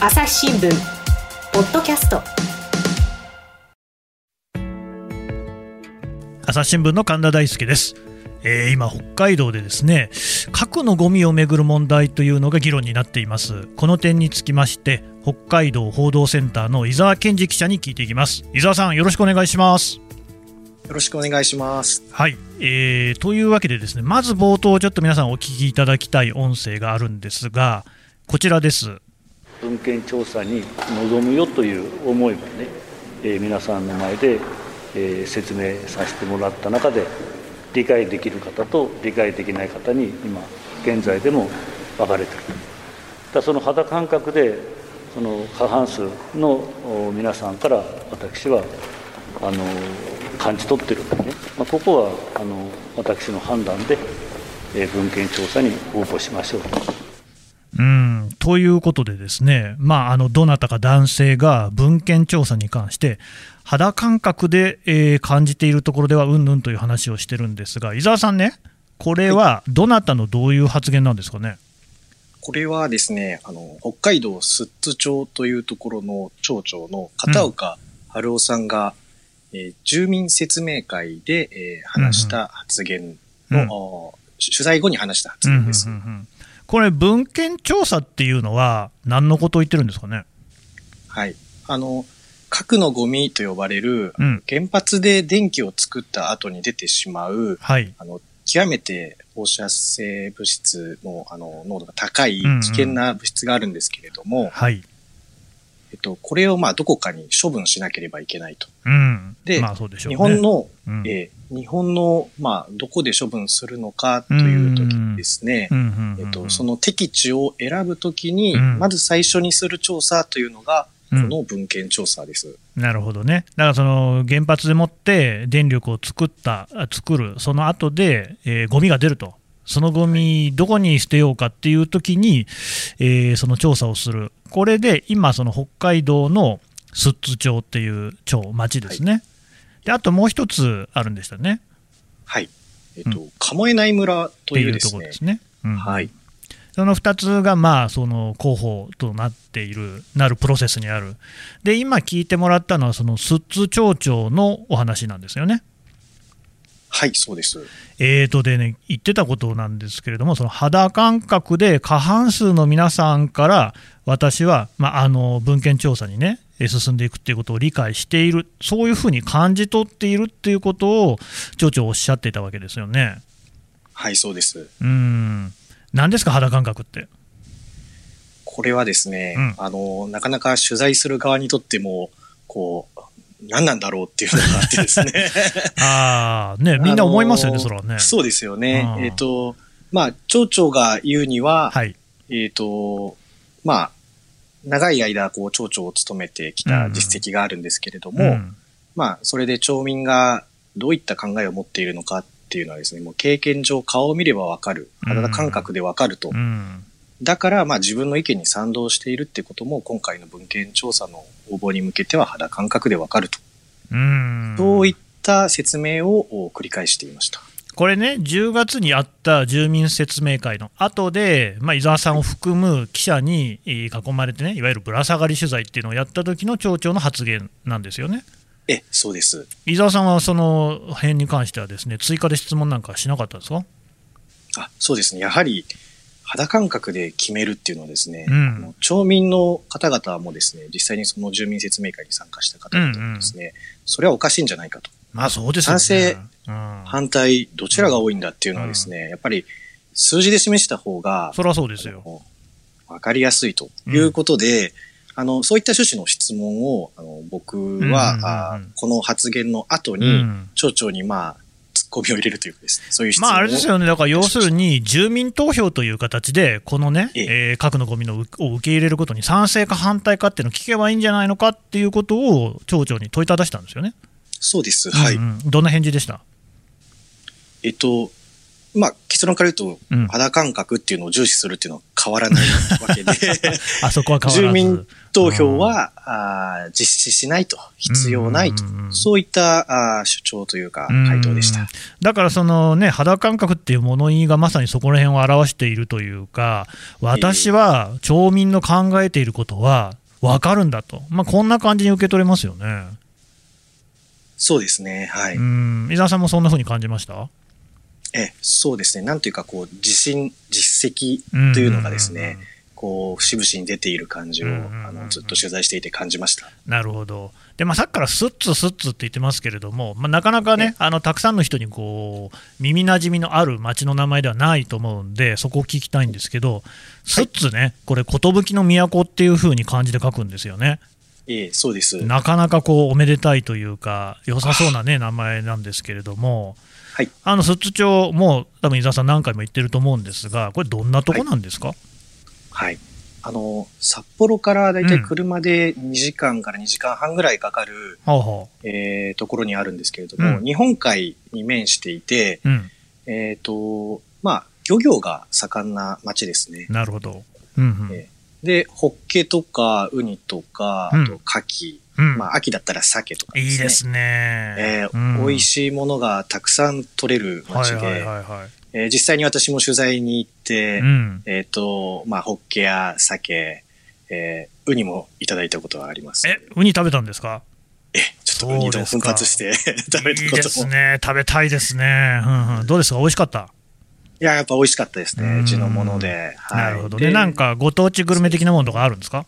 朝日新聞ポッドキャスト朝日新聞の神田大輔です、えー今北海道でですね核のゴミをめぐる問題というのが議論になっていますこの点につきまして北海道報道センターの伊沢健二記者に聞いていきます伊沢さんよろしくお願いしますよろしくお願いします。はい、えーというわけでですねまず冒頭ちょっと皆さんお聞きいただきたい音声があるんですがこちらです文献調査に臨むよという思いもね、えー皆さんの前で、えー説明させてもらった中で理解できる方と理解できない方に今現在でも分かれているだからその肌感覚でその過半数のお皆さんから私はあの感じ取ってるんでね、まあ、ここはあの私の判断で、えー文献調査に応募しましょうと。うんということで、ですね、まあ、あのどなたか男性が文献調査に関して、肌感覚で、えー感じているところではうんぬんという話をしてるんですが、伊沢さんね、これはどなたのどういう発言なんですかね。これはですね、あの、北海道寿都町というところの町長の片岡春夫さんが、えー住民説明会で、えー話した発言の、うんあー取材後に話した発言です。うんうんうんうんこれ、文献調査っていうのは、何のことを言ってるんですかね。はい。あの、核のゴミと呼ばれる、うん、原発で電気を作った後に出てしまう、はい、あの、極めて放射性物質の、あの、濃度が高いうんうん危険な物質があるんですけれども、はい、えっと、これをまあどこかに処分しなければいけないと。うん、でまあ、そうでしょう日ね。本の、うん、えー日本のまあどこで処分するのかという時にですね、うんうんうんえっと、その適地を選ぶときに、うんまず最初にする調査というのが、うこんの文献調査です。なるほどね、だからその原発でもって電力を作った、あ作る、その後で、えーゴミが出ると、そのゴミ、どこに捨てようかっていう時に、えーその調査をする、これで今、その北海道の寿都町っていう町、町ですね、であともう一つあるんでしたね、はい。えっと、鴨江内村っとていいううでとすころねで、すね。うんはい。その2つがまあその候補となっている、なるプロセスにある、で今聞いてもらったのは、その寿都町長のお話なんですよね。はい、そうです。えーとでね、言ってたことなんですけれども、その肌感覚で過半数の皆さんから、私は、まあ、あの文献調査にね、えー進んでいくっていうことを理解している、そういうふうに感じ取っているっていうことを、町長おっしゃっていたわけですよね。はい、そうです。うん、何ですか、肌感覚って。これはですね、うんあの、なかなか取材する側にとっても、こう、何なんだろうっていうのがあってですね。ああ、ね、みんな思いますよね、あのーそれはね。そうですよね。うんえっ、と、まあ、町長が言うには、はい、えっ、と、まあ、長い間、こう、町長を務めてきた実績があるんですけれども、うんまあ、それで町民がどういった考えを持っているのかっていうのはですね、もう経験上顔を見ればわかる。うん体感覚でわかると。うんだから、まあ、自分の意見に賛同しているってことも、今回の文献調査の応募に向けては肌感覚でわかると。うんそういった説明を繰り返していました。これね、10月にあった住民説明会の後で、まあ、伊沢さんを含む記者にえー囲まれてね、いわゆるぶら下がり取材っていうのをやった時の町長の発言なんですよね。え、そうです。伊沢さんはその辺に関してはですね、追加で質問なんかしなかったですかあそうですね、やはり肌感覚で決めるっていうのはですね、うんあの町民の方々もですね、実際にその住民説明会に参加した方々もですね、それはおかしいんじゃないかと、まあそうですよね。賛成うん、反対、どちらが多いんだっていうのはですね、やっぱり数字で示した方が、それはそうですよ。わかりやすいということで、あの、そういった趣旨の質問を、あの僕は、うんうんうんあこの発言の後に、うん町長にまあ、突っ込みを入れるというかですね、そういう質問を。まああれですよね、だから要するに住民投票という形で、このね、えええー核のゴミのうを受け入れることに賛成か反対かっていうのを聞けばいいんじゃないのかっていうことを町長に問いただしたんですよね。そうです。はい。うんうんどんな返事でしたえっと、まあ、結論から言うと、うん肌感覚っていうのを重視するっていうのは変わらない わけで、あそこは変わ住らず民投票は、あー実施しないと、必要ないとうんうんう、んそういったあー主張というか、うん回答でした。だからそのね肌感覚っていう物言いがまさにそこら辺を表しているというか私は町民の考えていることは分かるんだと、まあ、こんな感じに受け取れますよね、そうですね、はい。うん伊沢さんもそんな風に感じましたええそうですね、なんというか、こう、自信、実績んというのがですね、こう、節々に出ている感じを、うんうんうんうんあの、ずっと取材していて感じました。なるほどで、まあ、さっきからスッツスッツって言ってますけれども、まあ、なかなかねあのたくさんの人にこう耳なじみのある町の名前ではないと思うんでそこを聞きたいんですけどスッツね、これ寿の都っていう風に漢字で書くんですよねええそうです。なかなかこうおめでたいというか良さそうなね名前なんですけれども、はいあの卒長もう多分伊沢さん何回も言ってると思うんですがこれどんなとこなんですか、はい。あの、札幌からだいたい車で2時間から2時間半ぐらいかかる、はあはえーところにあるんですけれども、うん日本海に面していて、あうん、えっ、と、まあ、漁業が盛んな町ですね。なるほど、うんうんえで、ホッケとか、ウニとか、うんあと、牡蠣、うんまあ、秋だったら鮭とかいいですね、えーうん美味しいものがたくさん取れる町で、はいはいはいはいえー実際に私も取材に行って、うん、えっ、と、まあ、ホッケや鮭、えーウニもいただいたことはあります。えウニ食べたんですかちょっとウニ丼奮発して食べいたいこでとすも。ね食べたいですね、うんうん、どうですか美味しかった、いや、やっぱ美味しかったですうんね。うちのもので。はい。なるほどねなんかご当地グルメ的なものとかあるんですか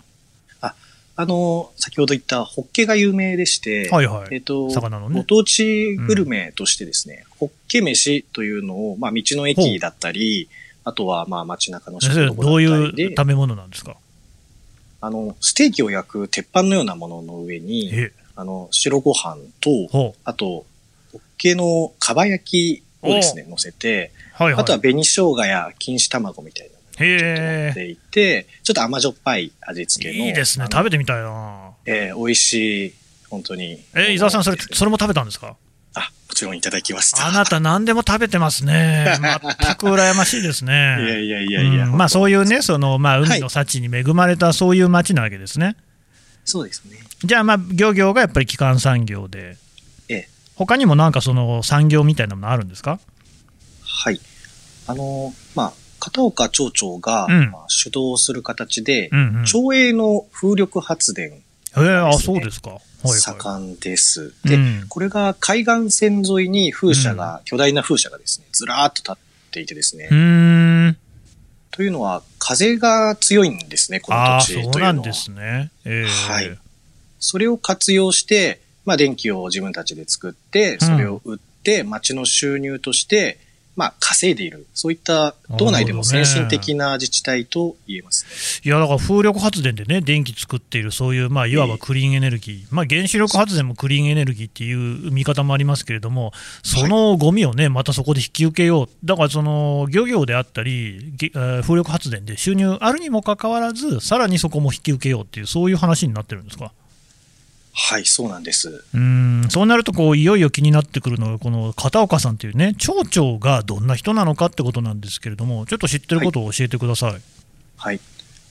あの、先ほど言ったホッケが有名でして、はいはい、えっと、魚のごね当地グルメとしてですね、ホッケ飯というのを、まあ、道の駅だったり、あとは、まあ、街中のそ食れ堂どうだいったりうで、食べ物なんですかあの、ステーキを焼く鉄板のようなものの上に、えあの、白ご飯と、ほあと、ホッケのかば焼きをですね、乗せて、うはいはいあとは紅生姜や錦糸卵みたいなのが乗へっえていて、ちょっと甘じょっぱい味付けの、いいですねあの食べてみたいなえー美味しい、本当に。え伊沢さんそれですねそれも食べたんですかあ、もちろんいただきました。あなた何でも食べてますね全く羨ましいですね いやいやいやいや。うんまあそういう。いうねその、まあ、海の幸に恵まれたそういう町なわけですね、そうですね。じゃあまあ漁業がやっぱり基幹産業でええ他にもなんかその産業みたいなものあるんですかはい。あのー、まあ、片岡町長が、うんまあ、主導する形で、うんうん町営の風力発電ええあそうですかはいはい盛んです。うで、んこれが海岸線沿いに風車が、巨大な風車がですね、ずらーっと立っていてですね、うーんというのは風が強いんですね、こあのあ土地そとういなうんのでは。すねええはいそれを活用して、まあ、電気を自分たちで作って、それを売って、町の収入として、まあ、稼いでいる。そういった、道内でも先進的な自治体と言えますね。いやだから風力発電でね、電気作っている、そういう、まあ、いわばクリーンエネルギー、まあ、原子力発電もクリーンエネルギーっていう見方もありますけれども、そのゴミをね、またそこで引き受けよう、だからその漁業であったり、げえー風力発電で収入あるにもかかわらず、さらにそこも引き受けようっていう、そういう話になってるんですか。はい、そうなんです。うーんそうなるとこう、いよいよ気になってくるのが、この片岡さんというね、町長がどんな人なのかってことなんですけれども、ちょっと知ってることを教えてください。はい。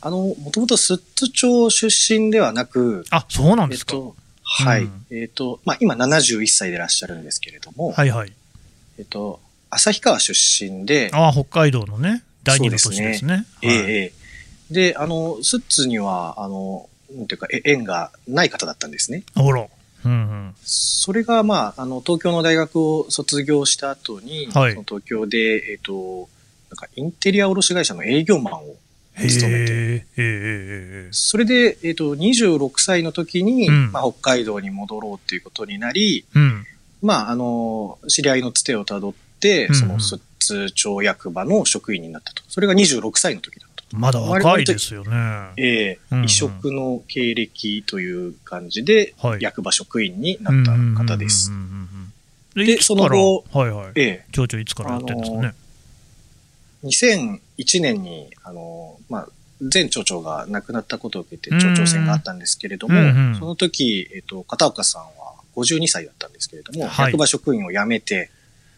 あの、もともと寿都町出身ではなく、あそうなんえっですか。と、はうい。んえっと、まあ、今71歳でいらっしゃるんですけれども、はいはいえっと、旭川出身で、ああ、北海道のね、第二の都そうで市すねですね。ええええで、あの、スッツには、あの、なんていうか、え縁がない方だったんですね。はい、ほら。うんそれが、まあ、あの、東京の大学を卒業した後に、はいその東京で、えっ、と、なんか、インテリア卸会社の営業マンをうん。へえ、勤めて、えええええそれで、えっ、と、26歳の時に、うんまあ、北海道に戻ろうっていうことになり、えうん。まあ、あの、知り合いのつてをたどって、うんその、スッツ町役場の職員になったと。それが26歳の時だったと。まだ若いですよね。ええうんうん異色の経歴という感じで、はい役場職員になった方ですうん。うんうんうんうん。でいつその後からはいはい。ええ町長いつからやってるんですかね。 2001年に、あの、まあ、前町長が亡くなったことを受けてうん町長選があったんですけれども、うんうんその時、えっと、片岡さんは52歳だったんですけれども、はい役場職員を辞めて、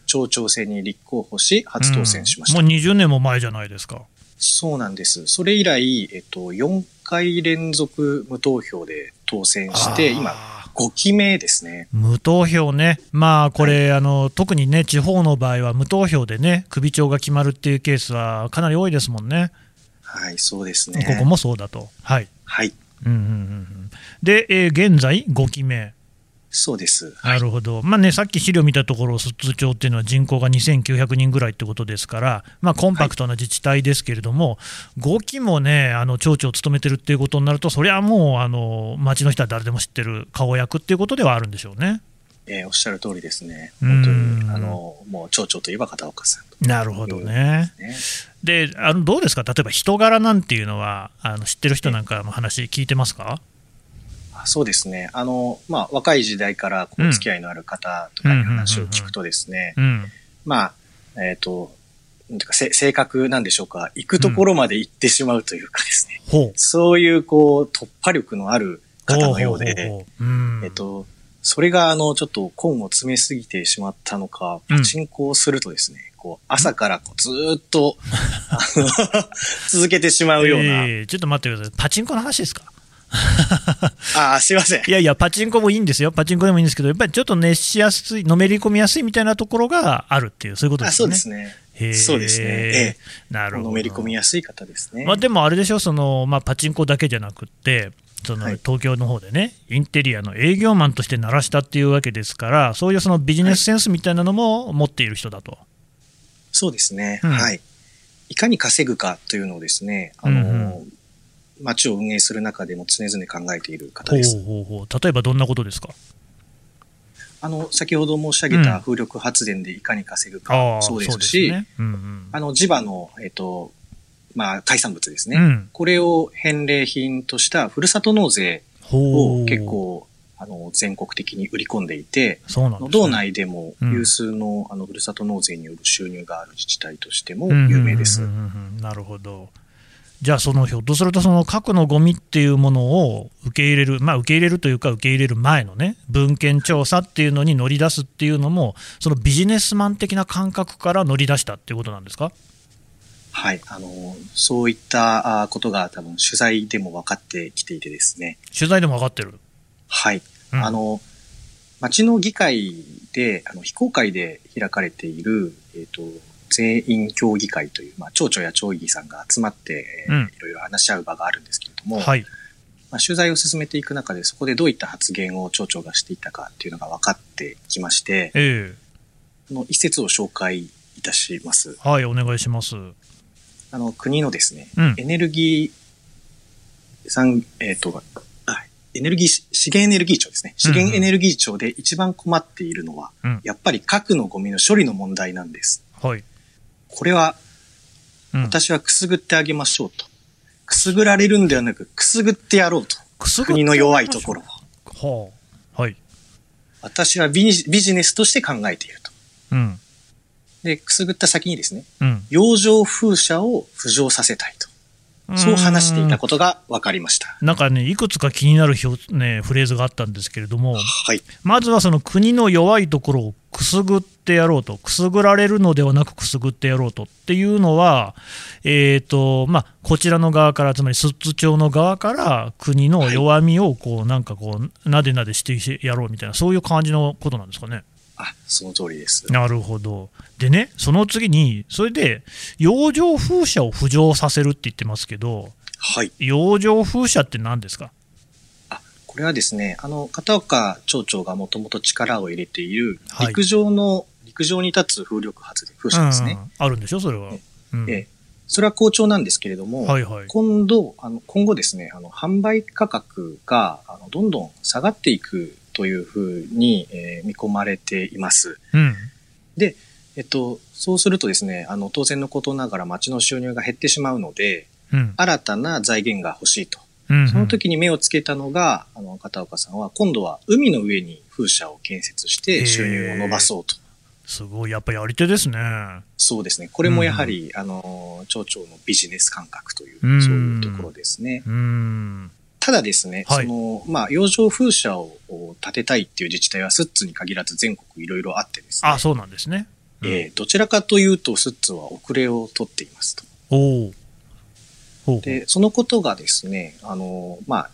町長選に立候補し、初当選しました。うんもう20年も前じゃないですか。そうなんです。それ以来、えっと、4回連続無投票で当選して、今、あー5期目ですね。無投票ね、まあこれ、あの、特にね、地方の場合は無投票でね、首長が決まるっていうケースはかなり多いですもんね、はい、そうですね。ここもそうだと。はいはい、うんうんうんうん、で、えー現在、5期目、そうです。なるほど、まあね、さっき資料見たところ、寿都町っていうのは人口が2900人ぐらいってことですから、まあ、コンパクトな自治体ですけれども、5期もね、あの町長を務めてるっていうことになると、それはもうあの町の人は誰でも知ってる顔役っていうことではあるんでしょうね。えーおっしゃる通りですね。本当うんに、あの、もう町長といえば片岡さんとなるほどね。ね。であのどうですか、例えば人柄なんていうのは、あの知ってる人なんかの話、聞いてますか、あそうですね。あの、まあ、若い時代からこううん付き合いのある方とかに話を聞くとですね、うん、まあ、えっ、と、なんていうか、せ性格なんでしょうか、行くところまで行ってしまうというかですね、ほうそういう、こう、突破力のある方のようで、ほうほうほううんえっと、それが、あの、ちょっと、根を詰めすぎてしまったのか、うんパチンコをするとですね、こう、朝からこうずーっと、 あの続けてしまうような、えーちょっと待ってください、パチンコの話ですかああ、すいません。いやいや、パチンコもいいんですよ、パチンコでもいいんですけど、やっぱりちょっと熱しやすい、のめり込みやすいみたいなところがあるっていう、そういうことであすよそうね。ですね。へーそうですねえなるほど。のめり込みやすい方ですね。まあ、でもあれでしょ、そのまあ、パチンコだけじゃなくって、そのはい東京の方でね、インテリアの営業マンとして鳴らしたっていうわけですから、そういうそのビジネスセンスみたいなのも持っている人だと。そうですね、うんはい。いかに稼ぐかというのをですね、あの、うん街を運営する中でも常々考えている方ほうです。ほうほう例えばどんなことですかあの、先ほど申し上げうたん風力発電でいかに稼ぐかあもあそうですし、ねうんうんあの、磁場の、えっ、と、まあ、海産物ですね。うんこれを返礼品としたふるさと納税ほをう結構、あの、全国的に売り込んでいて、そうなんですね道内でもうん有数の、あの、ふるさと納税による収入がある自治体としても有名です。うんうんうんうんなるほど。じゃあ、そのひょっとすると、その核のゴミっていうものを受け入れる、まあ、受け入れるというか、受け入れる前のね、文献調査っていうのに乗り出すっていうのも、そのビジネスマン的な感覚から乗り出したっていうことなんですかはい。あの、そういったあことが多分取材でも分かってきていてですね。取材でも分かってる。はい。うんあの、町の議会で、あの、非公開で開かれている、えっ、と、全員協議会という、まあ、町長や町議さんが集まって、えーうんいろいろ話し合う場があるんですけれども、はい。まあ、取材を進めていく中で、そこでどういった発言を町長がしていたかっていうのが分かってきまして、えあの一節を紹介いたします。えはい、お願いします。うん。あの、国のですね、うんエネルギー産、えっ、と、あエネルギー、資源エネルギー庁ですね。資源エネルギー庁で一番困っているのは、やっぱり核のゴミの処理の問題なんです。はい。これはうん、私はくすぐってあげましょうと。くすぐられるんではなく、くすぐってやろうと。くすぐって国の弱いところを。はあ。はい。私はビジビジネスとして考えていると。うん。で、くすぐった先にですね、うん。洋上風車を浮上させたいと。そう話していたことが分かりました。なんかね、いくつか気になるひょ、ね、フレーズがあったんですけれども、はい。まずはその国の弱いところをくすぐってやろうと、くすぐられるのではなくくすぐってやろうとっていうのは、えーとまあ、こちらの側から、つまり寿都町の側から、国の弱みをこうなんかこう、なでなでしてやろうみたいな、そういう感じのことなんですかね。あ、その通りです。なるほど。でね、その次に、それで、洋上風車を浮上させるって言ってますけど、はい。洋上風車って何ですかあ、これはですね、あの、片岡町長がもともと力を入れているはい、陸上の、陸上に立つ風力発電、風車ですね。うんあるんでしょ、それは。うんええそれは好調なんですけれども、はいはい。今度、あの、今後ですね、あの、販売価格が、あの、どんどん下がっていくというふうに、えー見込まれています。うんえっと、そうするとですね、あの、当然のことながら町の収入が減ってしまうので、うん新たな財源が欲しいと。うんその時に目をつけたのが、あの、片岡さんは、今度は海の上に風車を建設しへーて収入を伸ばそうと。すごい、やっぱやり手ですね。そうですね。これもやはり、あの、町長のビジネス感覚といううん、そういうところですね。うーん。ただですね、はいその、まあ、洋上風車を建てたいっていう自治体は、スッツに限らず全国いろいろあってですね。あ、そうなんですね。うんえーどちらかというと、スッツは遅れを取っていますと。おお。ほうで、そのことがですね、あの、まあ、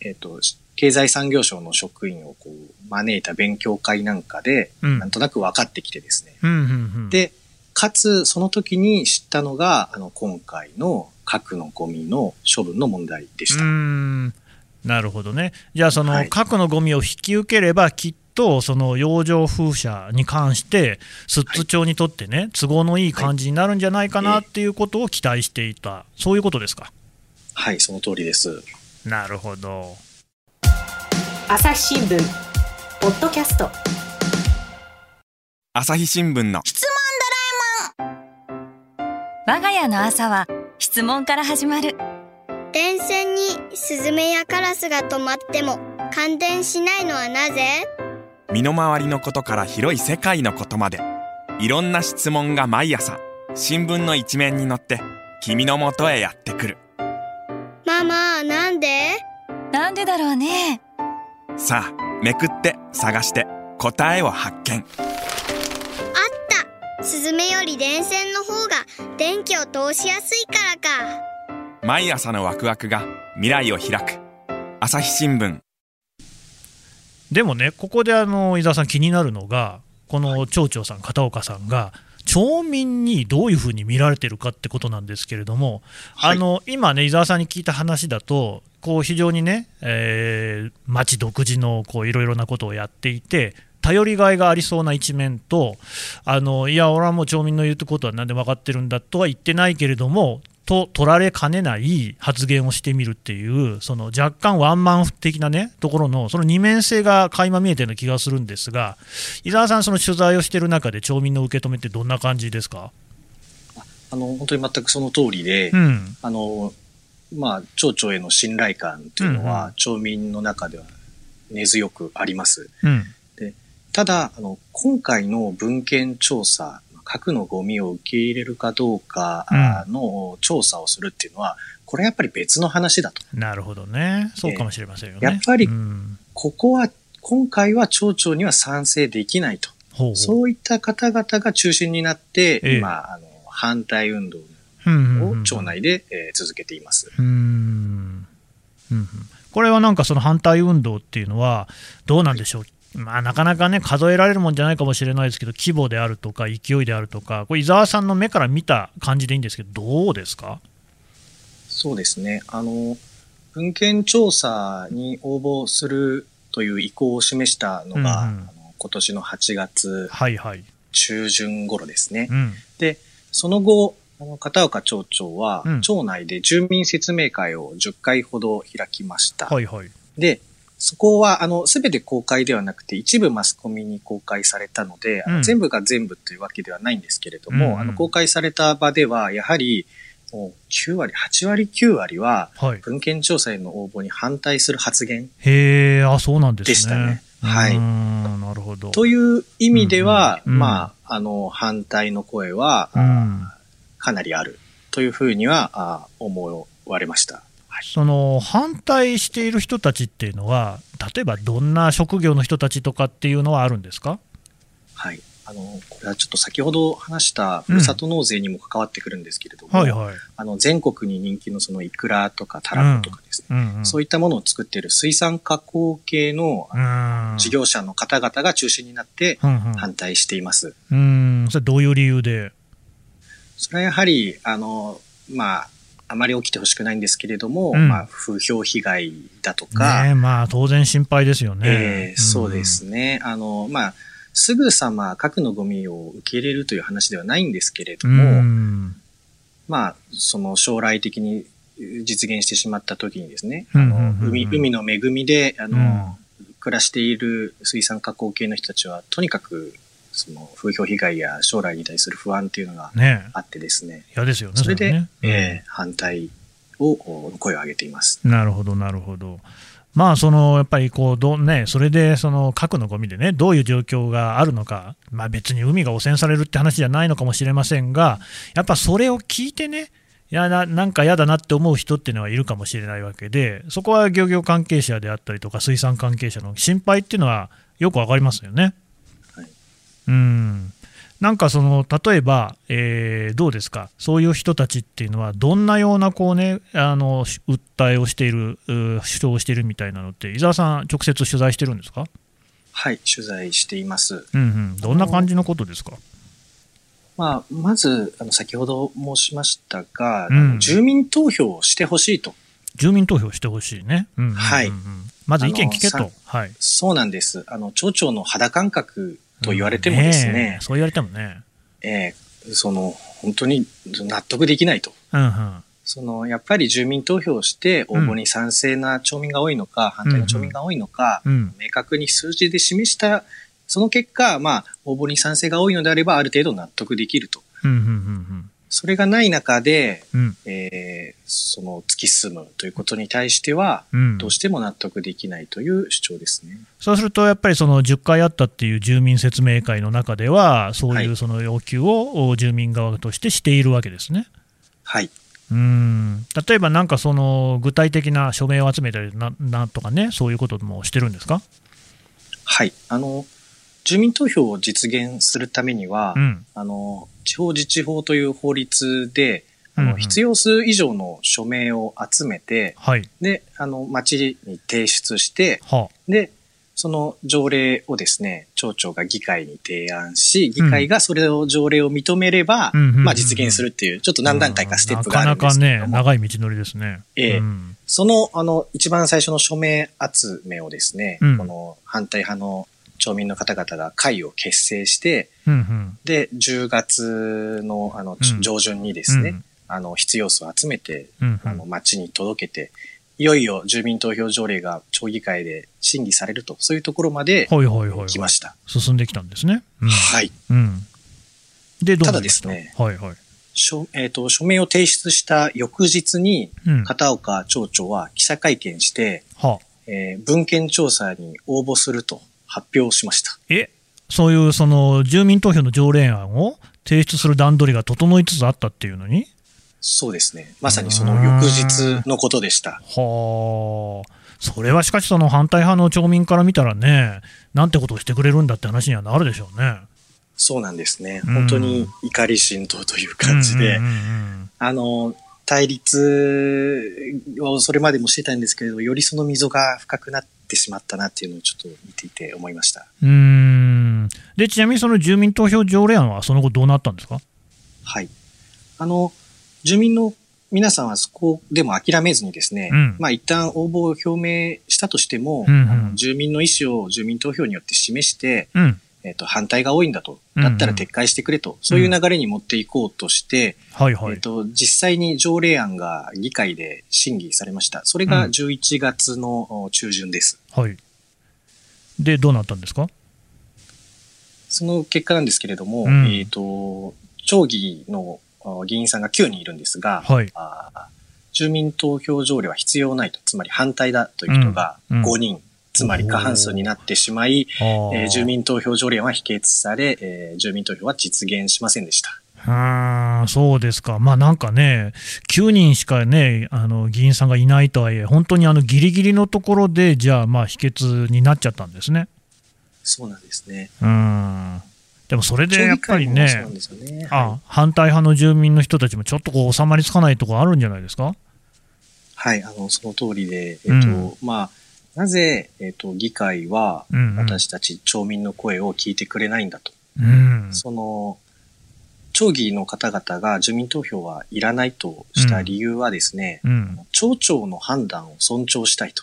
えっ、と、経済産業省の職員をこう招いた勉強会なんかで、うんなんとなく分かってきてですね。うんうんうん、で、かつ、その時に知ったのが、あの、今回の核のゴミの処分の問題でしうーた。んなるほどね、じゃあ、その、はい核のゴミを引き受ければ、きっとその洋上風車に関して、寿都町にとってね、都合のいい感じになるんじゃないかなっていうことを期待していた、そういうことですか。はい、その通りです。なるほど朝日新聞ポッドキャスト朝日新聞の我が家の朝は質問から始まる電線にスズメやカラスが止まっても感電しないのはなぜ身の回りのことから広い世界のことまでいろんな質問が毎朝新聞の一面に載って君のもとへやってくるママなんでなんでだろうねさあめくって探して答えを発見あったスズメより電線の方が電気を通しやすいからか毎朝のワクワクが未来を開く朝日新聞でもね、ここであの伊沢さん、気になるのが、この町長さん、片岡さんが、町民にどういうふうに見られてるかってことなんですけれども、はいあの今ね、伊沢さんに聞いた話だと、こう非常にね、えー町独自のこういろいろなことをやっていて、頼りがいがありそうな一面と、あのいや、俺はもう町民の言うことは何で分かってるんだとは言ってないけれども、と取られかねない発言をしてみるっていう、その若干ワンマン的なね、ところの、その二面性が垣間見えてるような気がするんですが、伊沢さん、その取材をしてる中で、町民の受け止めってどんな感じですか、あの、本当に全くその通りで、うん、あの、まあ、町長への信頼感というのは、うんう町民の中では根強くあります。うん、ただ、あの、今回の文献調査、核のゴミを受け入れるかどうかあーの調査をするっていうのは、これはやっぱり別の話だと。なるほどね、そうかもしれませんよね。やっぱりうんここは、今回は町長には賛成できないと。ほうほうそういった方々が中心になって、ええ今、あの、反対運動うんうんうをん町内で、えー続けています。うーんうんうんこれはなんかその反対運動っていうのはどうなんでしょう、まあ、なかなかね数えられるもんじゃないかもしれないですけど規模であるとか勢いであるとかこれ伊沢さんの目から見た感じでいいんですけどどうですかそうですね。あの、文献調査に応募するという意向を示したのが、うんうんあの今年の8月はいはい、中旬頃ですね。うん、その後、あの片岡町長は、うん町内で住民説明会を10回ほど開きました。はいはいで、そこは、あの、すべて公開ではなくて、一部マスコミに公開されたので、あのうん全部が全部というわけではないんですけれどうんも、うんあの公開された場では、やはり、もう9割、8割、9割は、はい文献調査への応募に反対する発言へえあそうなんですねでしたねはいいなるほどといういう意味では、うんうんまあ、あの、反対の声は、うんかなりあるというふうにはあ思われました。その反対している人たちっていうのは例えばどんな職業の人たちとかっていうのはあるんですかはい。あの、これはちょっと先ほど話した、ふるさと納税にも関わってくるんですけれども、はいはい、あの、全国に人気のそのイクラとかタラコとかですね、うんうん、そういったものを作っている水産加工系のあのうん事業者の方々が中心になってうん反対しています。うん、うんそれどういう理由で、それはやはり、あの、まあ、あまり起きてほしくないんですけれども、うんまあ、風評被害だとか、ねえ、まあ当然心配ですよね。ええんそうで。すね。あの、まあ、すぐさま核のゴミを受け入れるという話ではないんですけれどうも、ん、まあ、その将来的に実現してしまった時にですね、うんあうんのうん海海の恵みで、あうのん、暮らしている水産加工系の人たちは、とにかく、その風評被害や将来に対する不安というのがねえあってですね、嫌ですよね。それで、ねええ反対を、お声を上げています。なるほど、なるほど。まあそのやっぱりこうどうね、それでその核のゴミでね、どういう状況があるのか、まあ、別に海が汚染されるって話じゃないのかもしれませんが、やっぱそれを聞いてね、いやななんか嫌だなって思う人っていうのはいるかもしれないわけで、そこは漁業関係者であったりとか、水産関係者の心配っていうのは、よくわかりますよね。はいうんなんかその例えば、えーどうですか、そういう人たちっていうのは、どんなようなこう、ね、あのし訴えをしている、う主張をしているみたいなのって、伊沢さん、直接取材してるんですか、はい、取材しています。うんうん、どんな感じのことですか。まあ、まず、あの、先ほど申しましたが、うんあの住民投票をしてほしいと。住民投票してほしいね、うんうんうんうんはいまず意見聞けあとの、はい、そうなんです。あの、町長の肌感覚と言われてもですうんねえ、そう言われてもね、えーその、本当に納得できないと。うんうん、その、やっぱり住民投票して応募に賛成な町民が多いのか、反対の町民が多いのか、うん、明確に数字で示した、その結果、まあ、応募に賛成が多いのであれば、ある程度納得できると。うん、うん、うんそれがない中で、うん、えーその突き進むということに対しては、うん、どうしても納得できないという主張ですね。そうすると、やっぱりその10回あったっていう住民説明会の中では、そういはういその要求をお住民側としてしているわけですね。はい。うん例えばなんかその具体的な署名を集めたりななんとかね、そういうこともしてるんですか、はい。あの、住民投票を実現するためには、うんあの、地方自治法という法律で、あのうんうん必要数以上の署名を集めて、はいで、あの、町に提出して、はで、その条例をですね、町長が議会に提案し、議会がそれを条例を認めれば、うんうんうんうんまあ実現するっていう、ちょっと何段階かステップがあるんでなかすけれなかどね、も、長い道のりですね。ええうんその、あの、一番最初の署名集めをですね、うんこの反対派の町民の方々が会を結成して、うんうんで、10月の、あの、うん上旬にですね、うんあの、必要数を集めて、うんうあんの、町に届けて、いよいよ住民投票条例が町議会で審議されると、そういうところまでほいほいほいほい来ました。進んできたんですね。うんはい。うんで、どうなりましただですねはいはい。署えっ、と、署名を提出した翌日に、うん片岡町長は記者会見して、はえー文献調査に応募すると発表しました。えそういうその住民投票の条例案を提出する段取りが整いつつあったっていうのにそうですね。まさにその翌日のことでした。はあそれはしかしその反対派の町民から見たらねなんてことをしてくれるんだって話にはなるでしょうねそうなんですね。うん本当に怒り心頭という感じで、うんうんうんあの、対立をそれまでもしてたんですけれど、よりその溝が深くなってしまったなっていうのをちょっと見ていて思いました。うんうんでちなみにその住民投票条例案はその後どうなったんですかはい。あの、住民の皆さんはそこでも諦めずにですね、うんまあ一旦応募を表明したとしても、うんうんあの住民の意思を住民投票によって示して、うんえっと反対が多いんだと、うんうだんったら撤回してくれと、そういう流れに持っていこうとして、はいはえっい、と実際に条例案が議会で審議されました。それうがん11月のお中旬です。はいでどうなったんですかその結果なんですけれども、うんえっと町議のお議員さんが9人いるんですが、はいあー住民投票条例は必要ないと、つまり反対だという人がうんうん5人、つまり過半数になってしまい、あーえー住民投票条例は否決され、えー住民投票は実現しませんでした。うーんそうですか、まあなんかね、9人しかね、あの議員さんがいないとはいえ、本当にあのギリギリのところで、じゃあ、まあ、否決になっちゃったんですね。そうなんですね。うーんでもそれでやっぱり町議ね会もそうなん、ですよね。あ反対派の住民の人たちもちょっとこう収まりつかないところあるんじゃないですか。はい、あの、その通りで、えっ、うんと、まあ、なぜ、えっ、と、議会は、うんうん私たち町民の声を聞いてくれないんだと。うんその、町議の方々が住民投票はいらないとした理由はですね、うんは町長の判断を尊重したいと。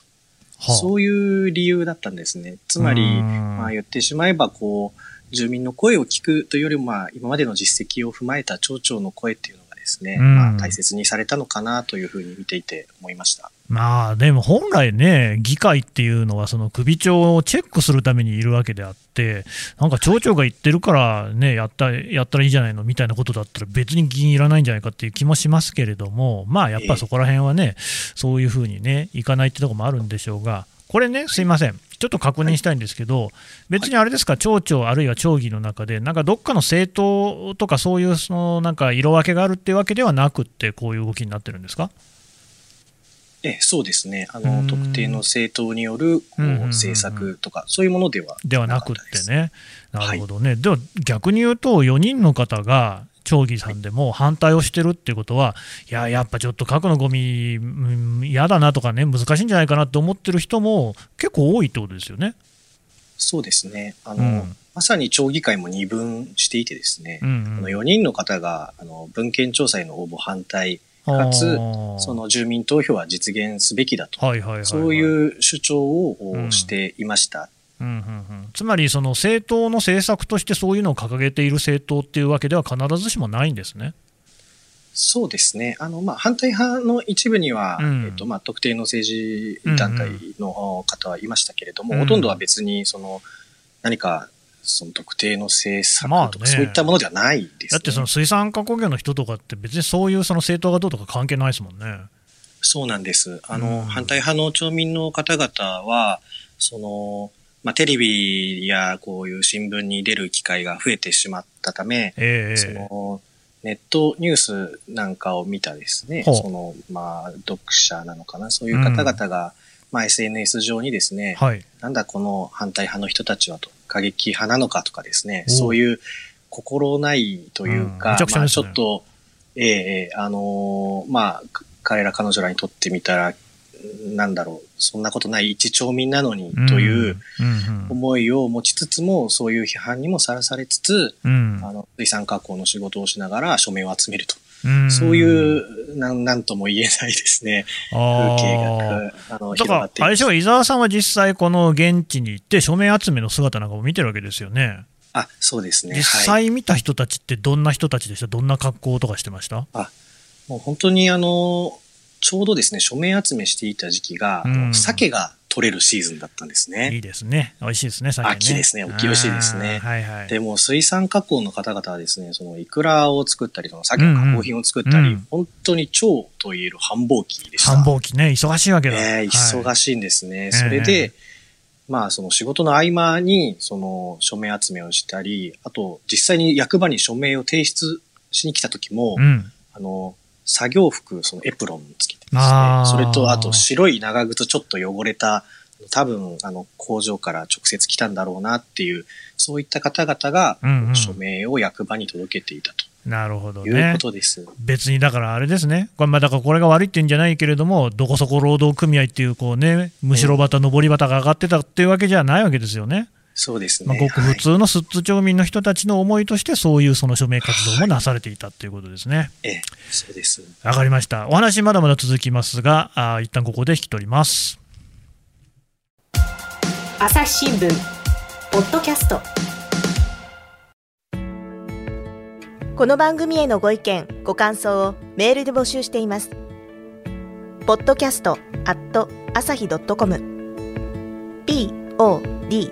あそういう理由だったんですね。つまり、うんまあ言ってしまえば、こう、住民の声を聞くというよりも、まあ今までの実績を踏まえた町長の声っていうのがですね、うんまあ大切にされたのかなというふうに見ていて思いました。まあでも本来ね、議会っていうのは、その首長をチェックするためにいるわけであって、なんか町長が言ってるから、ね、やったやったらいいじゃないのみたいなことだったら、別に議員いらないんじゃないかっていう気もしますけれども、まあやっぱそこら辺はね、そういうふうにね、いかないってとこもあるんでしょうが、これね、すいません。ちょっと確認したいんですけど、別にあれですか、町長あるいは町議の中で、なんかどっかの政党とか、そういうそのなんか色分けがあるっていうわけではなくって、こういう動きになってるんですかええ、そうですね。あの、うん特定の政党による、こううんうんうんうん政策とか、そういうものではではなかくっったですて。ね、なるほどね、では逆に言うと、4人の方が、町議さんでも反対をしてるっていうことは、いや、やっぱちょっと核のゴミ、うん嫌だなとかね、難しいんじゃないかなって思ってる人も結構多いってことですよね。そうですね。あうの、んまさに町議会も二分していてですね、うんあうのん4人の方があの文献調査への応募反対、かつあーその住民投票は実現すべきだと、はいはいはいはい、そういう主張をうんしていました。うんうんうんつまり、その政党の政策としてそういうのを掲げている政党っていうわけでは必ずしもないんですね。そうですね。あの、まあ、反対派の一部には、うんえっと、まあ、特定の政治団体の方はいましたけれども、うんほとんどは別に、その、何か、その特定の政策まあとか、ねそういったものではないです、ね。だってその水産加工業の人とかって別にそういうその政党がどうとか関係ないですもんね。そうなんです。あの、うん反対派の町民の方々は、その、まあ、テレビやこういう新聞に出る機会が増えてしまったため、ええその、ネットニュースなんかを見たですね、ほうその、まあ、読者なのかな、そういう方々が、まあ、SNS 上にですね、はい、なんだこの反対派の人たちはと、過激派なのかとかですね、おうそういう心ないといううんかめちゃ、くちゃまあでちすょねっと、ええええあのーまあ、か彼ら彼女らにとってみたら、なんだろう、そんなことない一町民なのにといううんうん思いを持ちつつも、そういう批判にもさらされつつ、うんあの、水産加工の仕事をしながら署名を集めると。うんそういう、なん、なんとも言えないですね、風景あーが、あの、だ広がかっていら、あれでましすょ、伊沢さんは実際、この現地に行って、署名集めの姿なんかも見てるわけですよね。あ、そうですね。実はい際見た人たちって、どんな人たちでした、どんな格好とかしてましたもう本当にあの、ちょうどですね、署名集めしていた時期が、うんあの鮭が取れるシーズンだったんですいね。いですね、美味しいですね、酒ね。秋ですね沖美味しいですねあーはいはい。でもう水産加工の方々はですね、そのイクラを作ったり、その鮭の加工品を作ったり、うんうん本当に超といえる繁忙期でした。繁忙期ね、忙しいわけだ。ええ忙ししいんですね。いそれで、ええまあ、その仕事の合間に、その署名集めをしたり、あと、実際に役場に署名を提出しに来た時も、うん、あの、作業服、そのエプロンをつけてですねあ。ーそれと、あと白い長靴ちょっと汚れた、多分、あの、工場から直接来たんだろうなっていう、そういった方々がうんう、ん署名を役場に届けていたなるほどというねこ。とです。別にだからあれですね、これまあ、だからこれが悪いっていうんじゃないけれども、どこそこ労働組合っていう、こうね、むしろ旗、上り旗が上がってたっていうわけじゃないわけですよね、そうですね。まあ、ごくは普い通のスッズ町民の人たちの思いとして、そういうその署名活動もなされていたっていうことですね。ええ、そうです。わかりました。お話まだまだ続きますが、あー一旦ここで引き取ります。朝日新聞ポッドキャストこの番組へのご意見、ご感想をメールで募集しています。podcast at 朝日 .com p o d